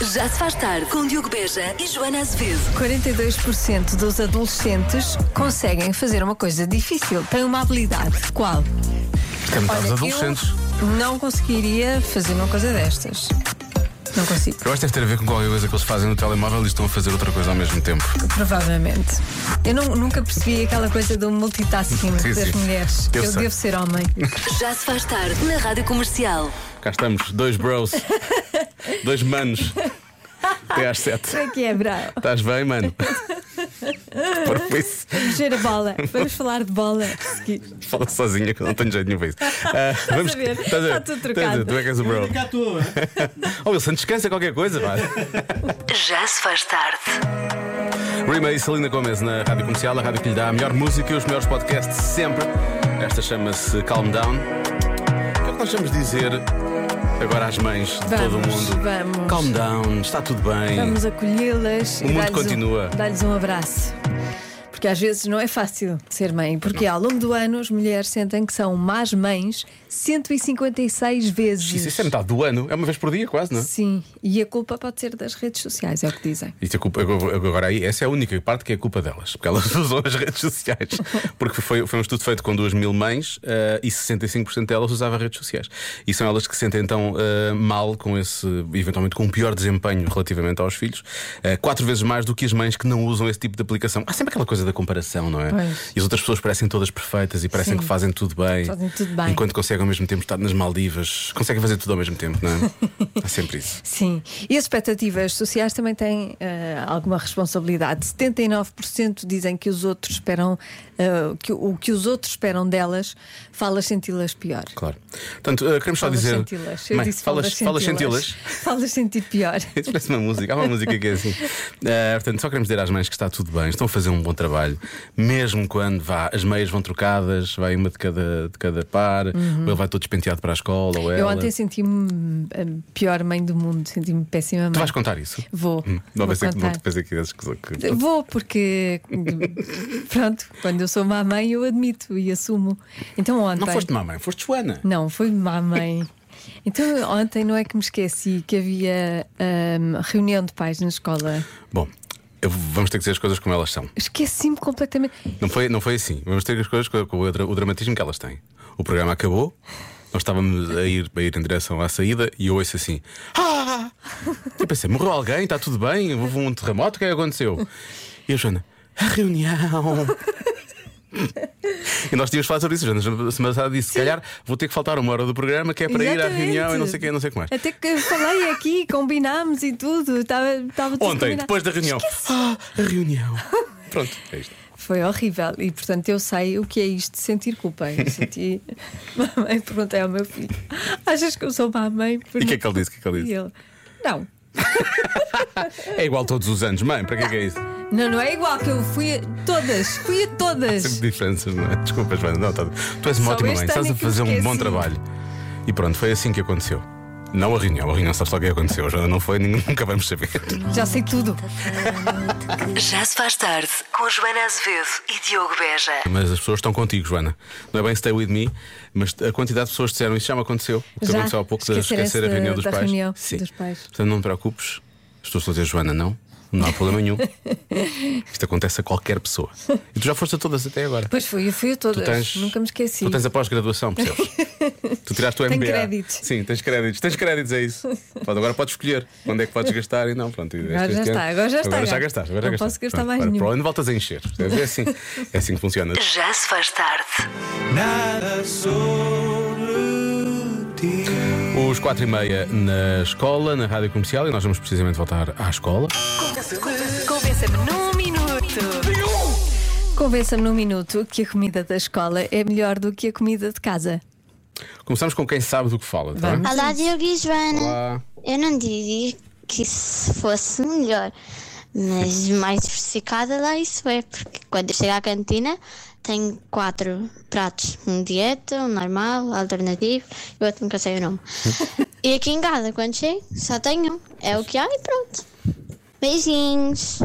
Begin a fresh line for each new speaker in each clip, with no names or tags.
Já se faz tarde com Diogo Beja e Joana Azevedo.
42% dos adolescentes conseguem fazer uma coisa difícil. Têm uma habilidade. Qual?
Cantar os
Olha,
adolescentes.
Eu não conseguiria fazer uma coisa destas. Não consigo,
Eu acho que deve ter a ver com qualquer coisa que eles fazem no telemóvel e estão a fazer outra coisa ao mesmo tempo.
provavelmente. Eu não- nunca percebi aquela coisa do multitasking
Sim,
das
sim.
mulheres.
Eu sei.
devo ser homem.
Já se faz tarde na Rádio Comercial.
Cá estamos, dois bros, dois manos. Até às sete.
Como é que é, Brau?
Estás bem, mano? Por isso,
Mexer a bola. Vamos falar de bola. a seguir.
fala sozinha que eu não tenho jeito nenhum para isso. Ah,
a ver? Está tudo
Estás a ver?
trocado.
Tu é que és o bro. Ó, Wilson, descansa qualquer coisa, vai.
Já se faz tarde.
Rima e Selena Gomes na rádio comercial, a rádio que lhe dá a melhor música e os melhores podcasts de sempre. Esta chama-se Calm Down. O que é que nós vamos dizer agora às mães de todo o
Vamos,
mundo?
vamos.
Calm down, está tudo bem.
Vamos acolhê-las
É. O
e
mundo
dar-lhes
continua.
Um, dar-lhes um abraço. Porque às vezes não é fácil ser mãe, porque ao longo do ano as mulheres sentem que são más mães 156 vezes.
Isso, isso é metade do ano, é uma vez por dia quase, não é?
Sim, e a culpa pode ser das redes sociais, é o que dizem.
Isto é culpa, agora aí, essa é a única parte que é culpa delas, porque elas usam as redes sociais. Porque foi, foi um estudo feito com duas mil mães eh, e 65% delas usava redes sociais. E são elas que se sentem então eh, mal com esse, eventualmente com um pior desempenho relativamente aos filhos, eh, quatro vezes mais do que as mães que não usam esse tipo de aplicação. Há sempre aquela coisa da comparação, não é?
Pois.
E as outras pessoas parecem todas perfeitas e parecem
Sim.
que fazem tudo bem.
Fazem tudo bem.
Enquanto conseguem ao mesmo tempo estar nas Maldivas, conseguem fazer tudo ao mesmo tempo, não é? Há sempre isso.
Sim, e as expectativas sociais também têm eh, alguma responsabilidade. 79% dizem que os outros esperam eh, que o que os outros esperam delas faz senti-las pior.
Claro. Portanto, eh, queremos só
Falas
dizer.
senti-las. Eu
Mãe,
disse
falas, falas senti-las.
Falas sentir pior.
Isso parece uma música, há uma música que é assim. Eh, portanto, só queremos dizer às mães que está tudo bem, estão a fazer um bom trabalho, mesmo quando vá, as meias vão trocadas, vai uma de cada, de cada par, ou ele vai todo despenteado para a escola, ou
Uhum. Eu
ela.
ontem senti-me a pior mãe do mundo, senti-me péssima mãe.
Tu vais contar isso? Hum,
Vou.
Não
vou
vai ser é que
contar.
não te pensei que desses que. que-
Vou, porque pronto, quando eu sou má mãe, eu admito e assumo. Então ontem.
Não foste mamãe, foste Joana.
Não, foi má mãe. Então ontem não é que me esqueci que havia ahm, reunião de pais na escola.
Bom, eu- vamos ter que dizer as coisas como elas são.
Esqueci-me completamente.
Não foi, não foi assim. Vamos ter as coisas com com o, dra- o dramatismo que elas têm. O programa acabou, nós estávamos a ir, a ir em direção à saída e eu ouço assim. Ah! Eu pensei, morreu alguém, está tudo bem, houve um terremoto, o que é que aconteceu? E a Joana, a reunião. E nós tínhamos falado sobre isso, Joana. A semana passada disse: se calhar vou ter que faltar uma hora do programa que é para ir à
Exatamente. É tipo
reunião e não sei o que, não sei o que mais.
Até que eu falei aqui, combinámos e tudo. Estava, estava tudo
Ontem,
combinado.
depois da reunião, ah, a reunião. Pronto, é isto.
Foi horrível e, portanto, eu sei o que é isto de sentir culpa. Eu senti. mamãe, perguntei ao meu filho: Achas que eu sou má mãe? Por
E o
não-
que é que ele disse? O que é que ele
E
disse?
ele: Não,
É igual todos os anos, mãe, para que é que é isso?
não, não é igual que eu fui a todas, fui a todas.
Sempre diferenças, não é? Desculpas, Joana. Não, tá- tu és uma
Só
ótima
este
mãe,
ano
estás
é
a
que me
fazer um bom
esqueci.
trabalho. E pronto, foi assim que aconteceu. Não a reunião, a reunião sabes só o que aconteceu, Joana não foi, ninguém- nunca vamos saber.
Já sei tudo.
Já se faz tarde com Joana Azevedo e Diogo Beja.
Mas as pessoas estão contigo, Joana. Não é bem stay with me, mas a quantidade de pessoas que disseram isso já me aconteceu. O que
Já.
aconteceu há pouco de
Esquecerem-se
esquecer a
da-
reunião dos
da
pais.
reunião
Sim.
dos pais.
Portanto, não te preocupes, as pessoas estão a dizer, Joana, não, não há problema nenhum. Isto acontece a qualquer pessoa. E tu já foste a todas até agora.
Pois fui, eu fui a todas.
tens-
Nunca me esqueci.
Tu tens a pós-graduação, percebes? tu tiraste o MBA.
Tenho créditos.
Sim, tens créditos. Tens créditos, é isso. Pode, agora podes escolher quando é que podes gastar e não. Pronto,
já
este
está, agora já está,
Agora já
gasto.
gastaste. Agora já
Não
gastaste.
posso gastar
Pronto,
mais
agora
nenhum.
Para onde voltas a encher? percebes? É assim, é assim que funciona.
Já se faz tarde.
Nada sobre ti.
Os 4 e meia na escola, na rádio comercial, e nós vamos precisamente voltar à escola.
Convença-me num minuto.
Convença-me num minuto que a comida da escola é melhor do que a comida de casa.
Começamos com quem sabe do que fala, tá bem?
Vamos.
Olá, Diogo e Joana.
Olá.
Eu não diria que isso fosse melhor, mas mais diversificada lá isso é, porque quando eu chego à cantina tenho quatro pratos: um dieta, um normal, alternativo e outro nunca sei o nome. e aqui em casa, quando chego, só tenho um. É o que há e pronto. Beijinhos.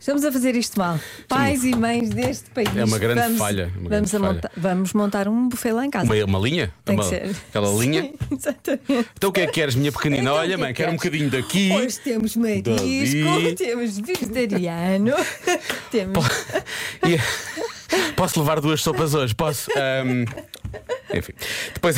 Estamos a fazer isto mal. Pais e mães deste país.
É uma grande
vamos,
falha, uma grande
vamos, a
falha.
monta- vamos montar um buffet lá em casa.
Uma, uma linha?
Tem
Uma-
que ser.
Aquela linha?
Sim, exatamente.
Então o que é que queres, minha pequenina?
Então,
Olha,
o que é
mãe,
que
quero um
queres?
bocadinho daqui.
Hoje temos marisco,
dali.
temos vegetariano, temos.
E- Posso levar duas sopas hoje? Posso? Ahm, Enfim. Depois.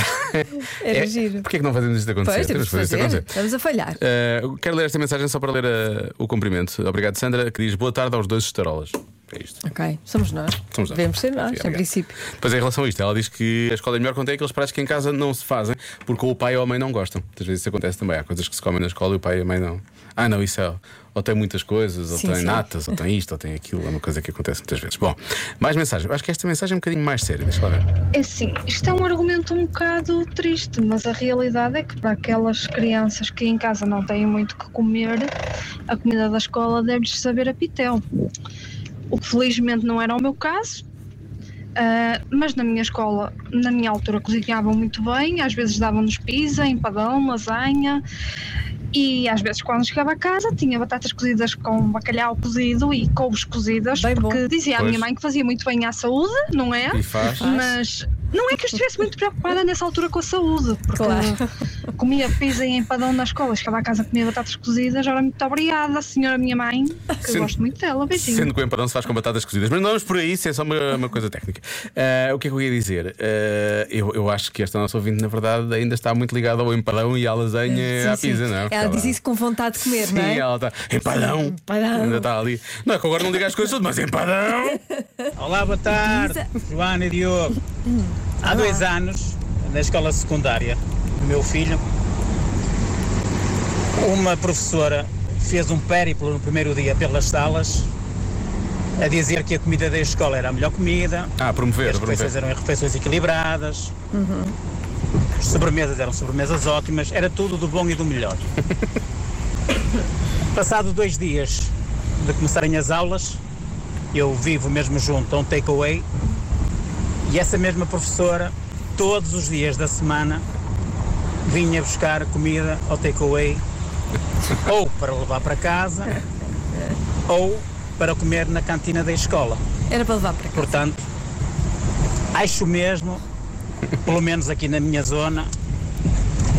Era giro.
Porquê é que não fazemos isto acontecer?
Pois, temos de
Temos de fazer isto
fazer.
acontecer.
Estamos a falhar.
Uh, quero ler esta mensagem só para ler uh, o cumprimento. Obrigado, Sandra, que diz boa tarde aos dois estarolas. É isto.
Ok, somos nós.
Somos nós.
Devemos ser
Sim,
nós, em
obrigado.
princípio.
Pois é, em relação a isto, ela diz que a escola é melhor quando é aqueles pratos que em casa não se fazem, porque ou o pai ou a mãe não gostam. Às vezes isso acontece também. Há coisas que se comem na escola e o pai e a mãe não. Ah, não, isso é. Ou tem muitas coisas, ou
Sim,
tem
sim.
natas, ou tem isto, ou tem aquilo. É uma coisa que acontece muitas vezes. Bom, mais mensagem. Eu Acho que esta mensagem é um bocadinho mais séria. Deixa lá ver.
É assim, isto é um argumento um bocado triste, mas a realidade é que para aquelas crianças que em casa não têm muito que comer, a comida da escola deve-lhes saber a pitel. O que felizmente não era o meu caso, ah, mas na minha escola, na minha altura, cozinhavam muito bem, às vezes davam-nos pizza, empadão, lasanha, e às vezes quando chegava a casa tinha batatas cozidas com bacalhau cozido e couves cozidas,
Bem bom.
porque dizia à
Pois.
minha mãe que fazia muito bem à saúde, não é?
E faz.
Mas não é que eu estivesse muito preocupada nessa altura com a saúde, porque
Claro.
comia pizza e empadão na escola, chegava a casa comia batatas cozidas, ora muito obrigada, senhora minha mãe, que
Sendo-
eu gosto muito dela, beijinho.
Sendo que o empadão se faz com batatas cozidas. Mas não vamos por aí, isso é só uma, uma coisa técnica. Ah, o que é que eu ia dizer? Ah, eu, eu acho que esta nossa ouvinte, na verdade, ainda está muito ligada ao empadão e à lasanha e à
Sim, sim.
pizza, não é? Porque
Ela diz isso com vontade de comer,
Sim,
não é?
ela está. Empadão!
Empadão.
Ainda está ali. Não, é que agora não diga as coisas todas, mas empadão!
Olá, boa tarde, Joana e Diogo. Há dois anos, na escola secundária do meu filho, uma professora fez um périplo no primeiro dia pelas salas a dizer que a comida da escola era a melhor comida,
Ah,
que
promover,
as é refeições
promover.
eram refeições equilibradas, as sobremesas eram sobremesas ótimas, era tudo do bom e do melhor. Passado dois dias de começarem as aulas, eu vivo mesmo junto a um takeaway e essa mesma professora, todos os dias da semana, vinha buscar comida ao takeaway ou para levar para casa ou para comer na cantina da escola.
Era para levar para cá.
Portanto, acho mesmo, pelo menos aqui na minha zona,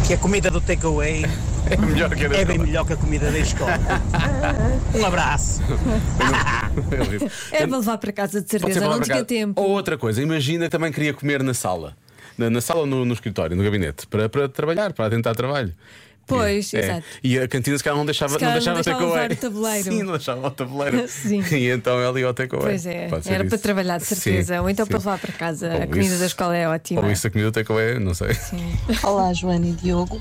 que a comida do takeaway
É melhor que era
é bem melhor que a comida da escola. Um abraço.
Era para levar para casa de
Pode ser
certeza,
para lá
não
para
tinha
casa.
tempo.
Ou outra coisa, imagina que também queria comer na sala. Na, na sala ou no, no escritório, no gabinete, para, para trabalhar, para tentar trabalho.
Pois,
É.
exato.
E a cantina se calhar não deixava,
Se calhar
não
não
deixava,
deixava levar
takeaway.
o tabuleiro.
Sim, não deixava o tabuleiro.
Sim.
E então ela ia ao takeaway.
Pois é,
Pode ser
era para
isso.
trabalhar de
Sim,
certeza, ou então
sim.
para levar para casa.
Ou
a comida
isso.
da escola é ótima.
Ou isso a comida do takeaway, não sei.
Olá, Joana e Diogo.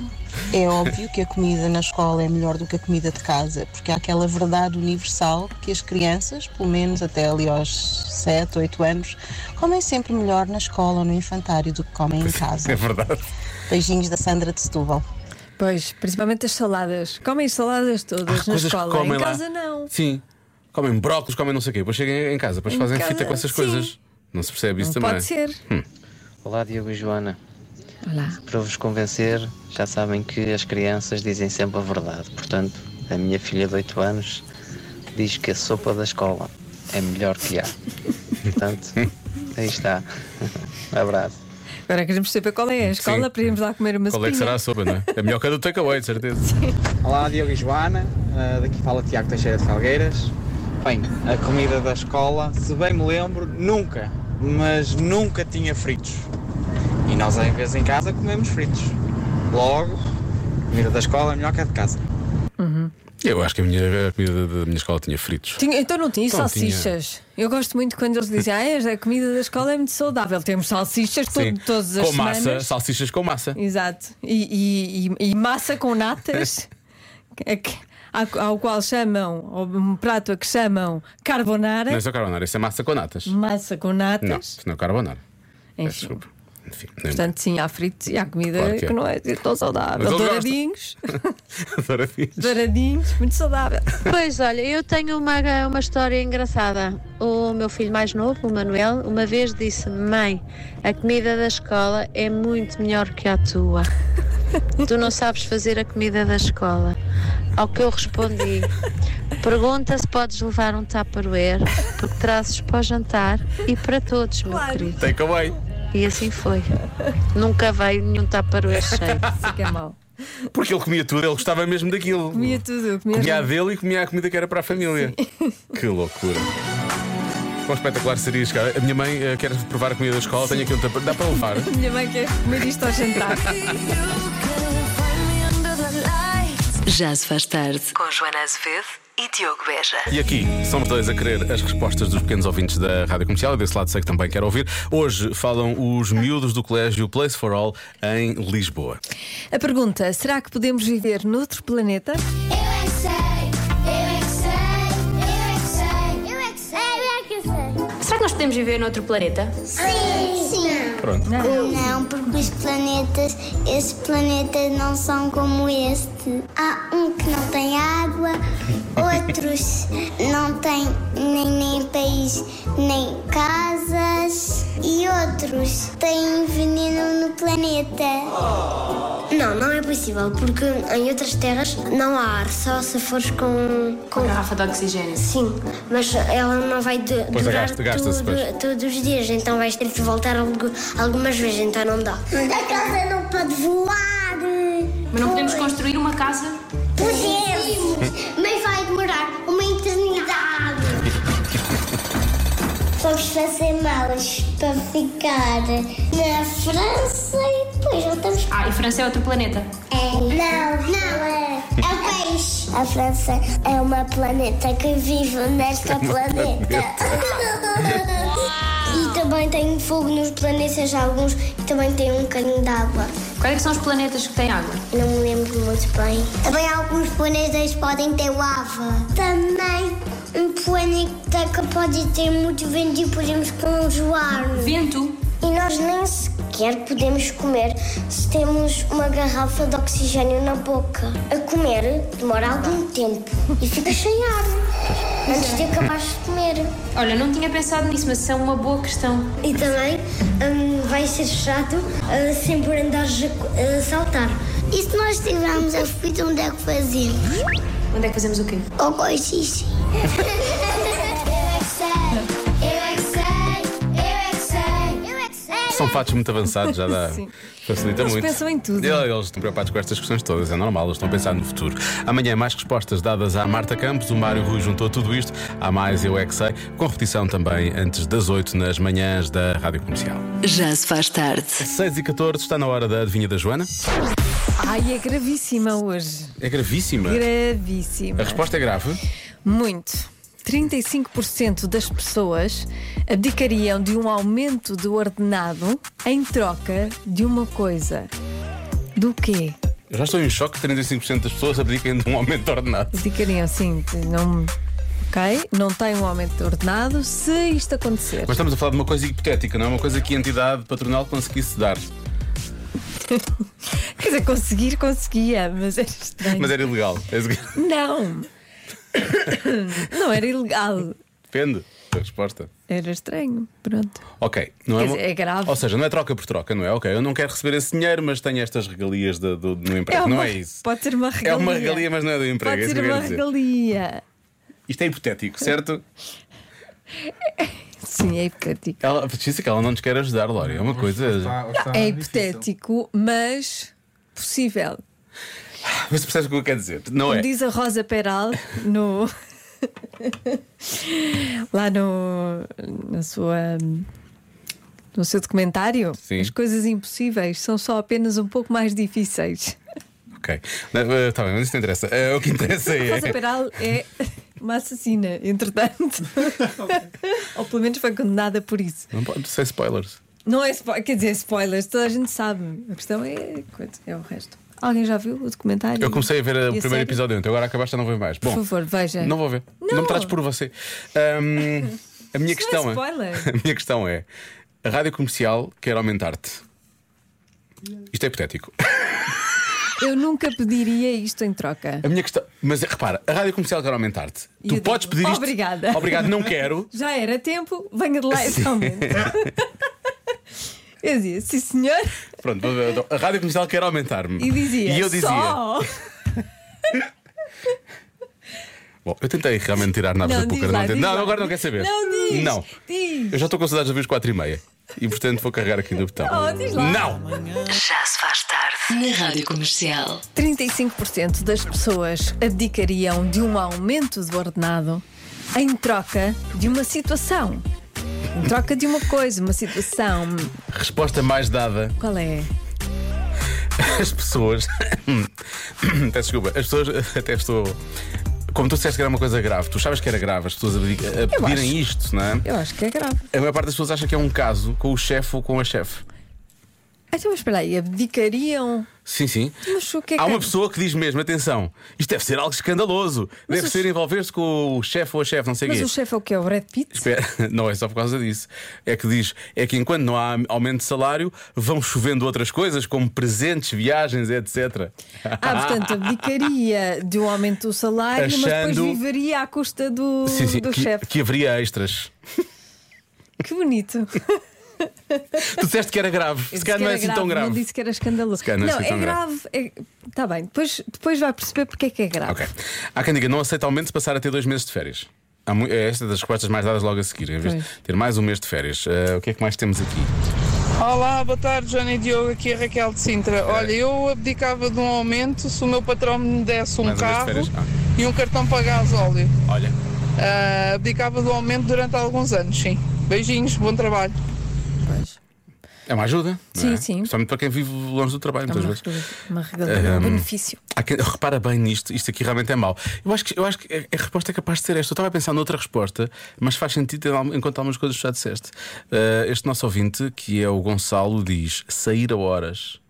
É óbvio que a comida na escola é melhor do que a comida de casa, porque há aquela verdade universal que as crianças, pelo menos até ali aos 7, 8 anos, comem sempre melhor na escola ou no infantário do que comem em
É
casa.
verdade.
Beijinhos da Sandra de Setúbal.
Pois, principalmente as saladas. Comem as saladas todas na
coisas que
escola.
comem
em
lá.
casa não.
Sim. Comem brócolis, comem não sei o quê. Depois chegam em casa, depois fazem
casa,
fita com essas
sim.
coisas. Não se percebe isso
Não
também.
pode ser.
Olá, Diogo e Joana.
Olá.
Para vos convencer, já sabem que as crianças dizem sempre a verdade. Portanto, a minha filha de 8 anos diz que a sopa da escola é melhor que há. Portanto, aí está. Abraço.
Agora queremos saber qual é a escola
Sim.
para irmos lá comer uma
Qual é que será
sopinha.
a sopa, não é? É melhor que a do takeaway, de certeza.
Olá, Diogo e Joana. Ah, daqui fala Tiago Teixeira de Felgueiras. Bem, a comida da escola, se bem me lembro, nunca, mas nunca tinha fritos. E nós, às vezes, em casa comemos fritos. Logo, a comida da escola é melhor que a de casa.
Eu acho que a, minha, a comida da minha escola tinha fritos.
Tinha- então não tinha e
Então tinha.
salsichas. Eu gosto muito quando eles dizem ah, a comida da escola é muito saudável. Temos salsichas to-
Sim.
todas as
com massa,
semanas.
salsichas com massa.
Exato. E, e- e- e massa com natas, é que- ao, ao qual chamam, ou um prato a que chamam carbonara.
Não é só carbonara, isso é massa com natas.
Massa com
Não,
natas.
isso não é carbonara.
Enfim.
Desculpa. Enfim, nem-
Portanto, sim, há fritos e há comida
Claro
que,
que é.
não é tão
Mas
saudável.
eles
Douradinhos,
Adoro filhos.
douradinhos, muito saudável.
Pois, olha, eu tenho uma, uma história engraçada. O meu filho mais novo, o Manuel, uma vez disse: Mãe, a comida da escola é muito melhor que a tua. Tu não sabes fazer a comida da escola. Ao que eu respondi: Pergunta se podes levar um tupperware, porque trazes para o jantar e para todos, meu querido.
Take away.
E assim foi. Nunca veio nenhum tupperware cheio.
Isso que é mau.
Porque ele comia tudo, ele gostava mesmo daquilo.
Comia tudo, comia.
Comia a dele e comia a comida que era para a família. Que loucura. Quão espetacular seria chegar. A minha mãe eh, quer provar a comida da escola, tenho aqui um tapa. Dá para levar?
Minha mãe quer comer isto ao jantar.
Já se faz tarde com Joana Azevedo e Diogo Beja.
E aqui somos dois a querer as respostas dos pequenos ouvintes da Rádio Comercial. e Desse lado sei que também quero ouvir. Hoje falam os miúdos do colégio Place for All em Lisboa.
A pergunta: será que podemos viver noutro planeta?
Eu é que sei, eu é que sei, eu é que sei, eu é que sei, eu é que sei.
Será que nós podemos viver noutro planeta?
Sim, sim.
Pronto.
Não, porque os planetas, esses planetas não são como este. Há um que não tem água, outros não têm nem, nem país, nem casas, e outros têm veneno no planeta.
Não, não é possível, porque em outras terras não há ar, só se fores com. com... garrafa de oxigênio. Sim, mas ela não vai du-
Pois,
durar
gasta- gasta-se,
tudo-
pois.
todos os dias, então vais ter de voltar algu- algumas vezes, então não dá.
A casa não pode voar. Mas não podemos construir uma casa? Podemos,
Hum.
mas vai demorar uma eternidade. Vamos fazer malas para ficar na França e depois voltamos.
Ah, e França é outro planeta.
É. Não, não é. É o país. A França é uma planeta que vive nesta planeta. e também tem fogo nos planetas alguns e também tem um caninho de água.
Quais é que são os planetas que têm água?
Não me lembro muito bem. Também alguns planetas podem ter lava. Também um planeta que pode ter muito vento e podemos congelar.
Vento.
E nós nem sequer podemos comer se temos uma garrafa de oxigênio na boca. A comer demora algum tempo e fica sem ar antes de acabares de comer.
Olha, não tinha pensado nisso, mas isso é uma boa questão.
E também hum, vai ser chato hum, sempre andares a, co- a saltar. E se nós estivermos aflitos, onde é que fazemos?
Onde é que fazemos o quê?
Ou com xixi. é é
São fatos muito avançados, já dá.
Sim.
Facilita
Eles
muito.
pensam em tudo.
Eles, eles estão preocupados com estas questões todas, é normal, eles estão a pensar no futuro. Amanhã, mais respostas dadas à Marta Campos, o Mário Rui juntou tudo isto, há mais Eu É Que Sei, com repetição também antes das 8 nas manhãs da Rádio Comercial.
Já se faz tarde.
6 e 14 está na hora da adivinha da Joana.
Ai, é gravíssima hoje.
É gravíssima.
Gravíssima.
A resposta é grave.
Muito. 35% das pessoas abdicariam de um aumento do ordenado em troca de uma coisa. Do quê?
Eu já estou em choque que 35% das pessoas abdiquem de um aumento de ordenado.
Abdicariam, sim, de não. Ok? Não tem um aumento de ordenado se isto acontecer.
Mas estamos a falar de uma coisa hipotética, não é uma coisa que a entidade patronal conseguisse dar.
Quer dizer, conseguir, conseguia, mas era estranho.
Mas era ilegal. É isso que-
Não! não era ilegal.
Depende da resposta.
Era estranho. Pronto.
Ok, não
Quer
é, uma-
dizer, é grave.
Ou seja, não é troca por troca, não é? Ok, eu não quero receber esse dinheiro, mas tenho estas regalias da- do, no emprego.
uma-
não é isso.
Pode ser uma regalia.
É uma regalia, mas não é do emprego. é
Pode
isso que
ser
eu quero
uma
dizer.
regalia.
Isto é hipotético, certo?
Sim, é hipotético.
Ela disse que ela não nos quer ajudar, Lória. É uma coisa.
É hipotético, mas possível.
Mas percebes o que eu quero dizer? Não
Como
é?
diz a Rosa Peral no. lá no. na sua. No seu documentário,
Sim.
as coisas impossíveis são só apenas um pouco mais difíceis.
Ok. Está bem, mas isto não interessa. Eh, o que interessa é.
Rosa Peral é uma assassina, entretanto. Ou pelo menos foi condenada por isso.
Não pode ser spoilers.
Não é spo- quer dizer, spoilers, toda a gente sabe. A questão é, coisa- é o resto. Alguém já viu o documentário?
Eu comecei a ver eh,
E
o primeiro
série?
episódio ontem, agora acabaste, já não vou ver mais. Bom,
favor, veja.
Não vou ver. Não,
É. Não.
me trates por você. Ahm, a minha
Isso não é
questão
spoiler.
A minha questão é: a rádio comercial quer aumentar-te. Isto é hipotético.
Eu nunca pediria isto em troca.
A minha questão. Mas repara, a rádio comercial quer aumentar-te.
E
Tu
eu
podes
digo,
pedir isto.
"Obrigada."
Obrigado, não quero.
Já era tempo, venha de lá esse aumento. Eu dizia, sim senhor,
Pronto, vou ver. Então, a rádio comercial quer aumentar-me.
e dizia,
E eu dizia:
só.
Bom, eu tentei realmente tirar naves
Não,
da
diz
púcara.
lá,
não, tentei-
diz
não,
lá.
agora não quer saber.
Não, diz,
Não.
diz.
Eu já estou com saudades de ver os 4 e meia. E portanto vou carregar aqui no botão.
Oh, diz lá.
Não!
Já se faz tarde na Rádio Comercial.
35% das pessoas abdicariam de um aumento de ordenado em troca de uma situação. Em troca de uma coisa, uma situação.
Resposta mais dada
Qual é?
As pessoas. Peço desculpa, as pessoas. Até estou. Como tu disseste que era uma coisa grave, tu sabes que era grave as pessoas a, pedi- a pedirem
acho.
isto, não é?
Eu acho que é grave.
A maior parte das pessoas acha que é um caso com o chefe ou com a chefe.
Então, mas espera aí, abdicariam.
Sim, sim.
Mas o que é que
Há
é?
uma pessoa que diz mesmo: atenção, isto deve ser algo escandaloso.
Mas
deve
o
ser
che-
envolver-se com o chefe ou a chefe, não sei o
Mas
quê.
o chefe é o que? É o Brad Pitt?
Espera, não é só por causa disso. É que diz: é que enquanto não há aumento de salário, vão chovendo outras coisas, como presentes, viagens, etc.
Ah, portanto, abdicaria de um aumento do salário, mas
Achando-
depois viveria à custa do,
Sim, sim,
do
que-
chefe.
que haveria extras.
Que bonito.
Tu disseste que era grave.
Eu
Se calhar
disse
não é
era
assim tão grave.
Não disse que era escandaloso.
Se calhar não é assim
é
tão grave.
grave. Está bem, depois, depois vai perceber porque é que é grave.
Ok. Há quem diga, não aceita aumento se passar a ter dois meses de férias. Há mu- É esta das respostas mais dadas logo a seguir, em vez de
Pois.
ter mais um mês de férias. Ah, o que é que mais temos aqui?
Olá, boa tarde, Joana e Diogo, aqui é a Raquel de Sintra. Olha, eu abdicava de um aumento se o meu patrão me desse um
Mais um mês de
carro
férias. Ah.
e um cartão para gás óleo.
Olha.
Ah, abdicava do aumento durante alguns anos, sim. Beijinhos, bom trabalho.
É uma ajuda? não
Sim,
é?
sim.
Principalmente para quem vive longe do trabalho,
É
muitas
uma,
vezes.
regula- uma regulação,
Ahm,
um benefício.
Há quem- repara bem nisto, isto aqui realmente é mau. Eu acho que, eu acho que a, a resposta é capaz de ser esta. Eu estava a pensar noutra resposta, mas faz sentido ter al- enquanto algumas coisas que já disseste. Ah, este nosso ouvinte, que é o Gonçalo, diz sair a horas.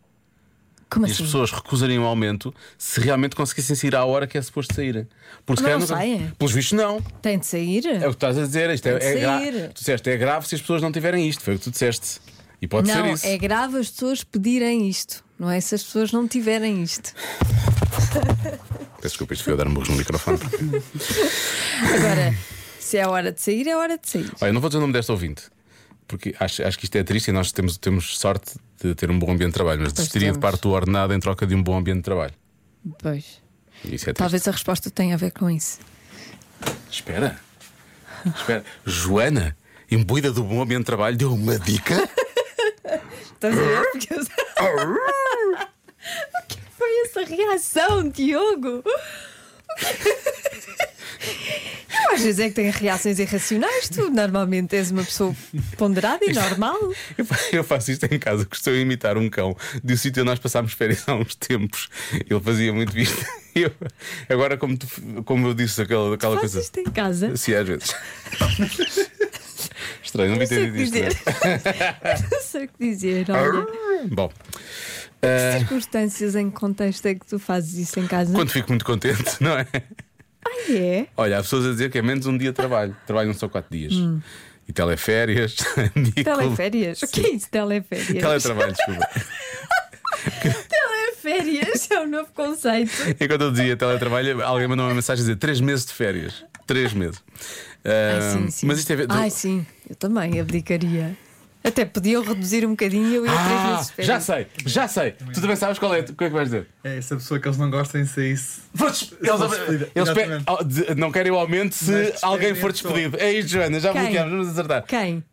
Como
e as
assim?
pessoas recusariam o aumento se realmente conseguissem sair à hora que é suposto sair. Porque
Mas
calhar
não saem?
Pelos vistos, não.
Tem de sair?
É o que estás a dizer. Isto é,
Tem de
é grave.
sair.
Tu disseste, é grave se as pessoas não tiverem isto. Foi o que tu disseste. E pode ser
não,
isso.
é grave as pessoas pedirem isto. Não é se as pessoas não tiverem isto.
Peço desculpa, isto foi eu dar murros no microfone.
Agora, se é a hora de sair, é a hora de sair.
Olha, eu não vou dizer o nome desta ouvinte. Porque acho, acho que isto é triste e nós temos, temos sorte de ter um bom ambiente de trabalho, mas
Pois
desistiria de
temos.
parte do ordenado em troca de um bom ambiente de trabalho.
Pois.
E Isso é triste.
Talvez a resposta tenha a ver com isso.
Espera. Espera. Joana, imbuída do bom ambiente de trabalho, deu uma dica.
Estás a ver? Porque eu- O que foi essa reação, Diogo? Eu às vezes é que tenho reações irracionais. Tu normalmente és uma pessoa ponderada e normal.
Eu fa- Eu faço isto em casa, que estou a imitar um cão de um sítio onde nós passámos férias há uns tempos. Ele fazia muito isto. E Eu, agora, como, tu f- como eu disse aquela, aquela
Fazes
coisa.
isto em casa.
Sim, às vezes. Estranho, não
Não
me
sei o
ter
que
dito
dizer.
isto.
Não sei o que dizer. Olha,
não é? Bom,
que
ah,
circunstâncias em que contexto é que tu fazes isso em casa?
quando fico muito contente, não é?
Ah, é?
Olha, há pessoas a dizer que é menos um dia de trabalho. Trabalham só quatro dias. E teleférias, amigo.
Hum. Teleférias? O que é isso, teleférias?
Teletrabalho, desculpa.
Teleférias é um novo conceito.
Enquanto eu dizia teletrabalho, alguém mandou uma mensagem a dizer 3 meses de férias. 3 meses.
Ai,
Ah,
sim, sim.
Mas isto é.
Ai, sim, eu também abdicaria. Até podiam reduzir um bocadinho e eu ia três
Ah,
vezes de
já
férias.
sei, já sei. Tu também sabes qual é? O que é que vais dizer?
É essa pessoa que eles não gostam se é isso.
Eles, eles pe- ao- de- não querem o aumento se alguém for despedido. É isto, Joana, já
Quem?
bloqueamos, vamos acertar.
Quem?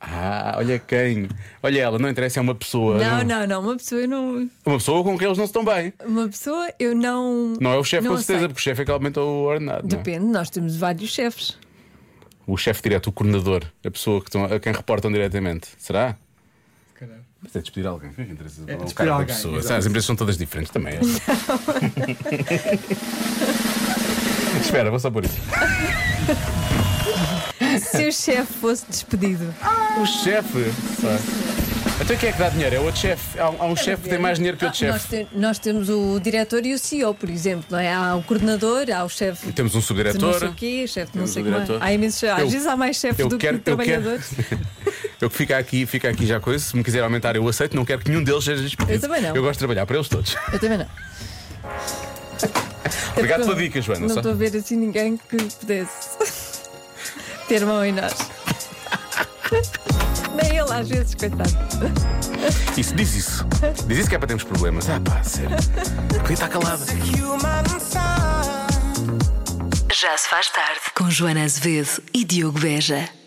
Ah, olha quem. Olha ela, não interessa, é uma pessoa.
Não, não, não. Uma pessoa eu não.
Uma pessoa com quem eles não se estão bem.
Uma pessoa eu não.
Não é o chefe,
não
com certeza,
aceito.
porque o chefe é que aumenta o ordenado. não é?
Depende, nós temos vários chefes.
O chefe direto, o coordenador, a pessoa que estão, a quem reportam diretamente. Será? Mas é despedir alguém. O que é que interessa?
É
O
despedir
cargo da
alguém,
pessoa.
exato.
Sabe, As empresas são todas diferentes também. é. Espera, vou só por isso.
Se o chefe fosse despedido.
O chefe. Até quem é que dá dinheiro? É o outro chefe. Há, há um chefe que tem mais dinheiro que outro
Ah, nós,
chefe.
te- nós temos o diretor e o CEO, por exemplo, não é? Há o coordenador, há o chefe.
Temos um
de Não sei o
subdiretor.
quê, chefe de não
Temos
sei
o
o que mais.
diretor.
Há imensos chefes.
Eu-
Às vezes há mais chefes
eu
do
quero-
que
eu quero-
trabalhadores.
Eu que fica aqui, fica aqui já com isso. Se me quiser aumentar, eu aceito. Não quero que nenhum deles seja despedido.
Eu também não.
Eu gosto de trabalhar para eles todos.
Eu também não.
Obrigado
porque
pela dica, Joana.
Não
Só-
estou a ver assim ninguém que pudesse ter mão em nós. Nem ele às vezes, coitado.
Isso, diz isso. Diz isso que é para termos problemas. Ah, pá, sério. Porque está calada.
Já se faz tarde. Com Joana Azevedo e Diogo Beja.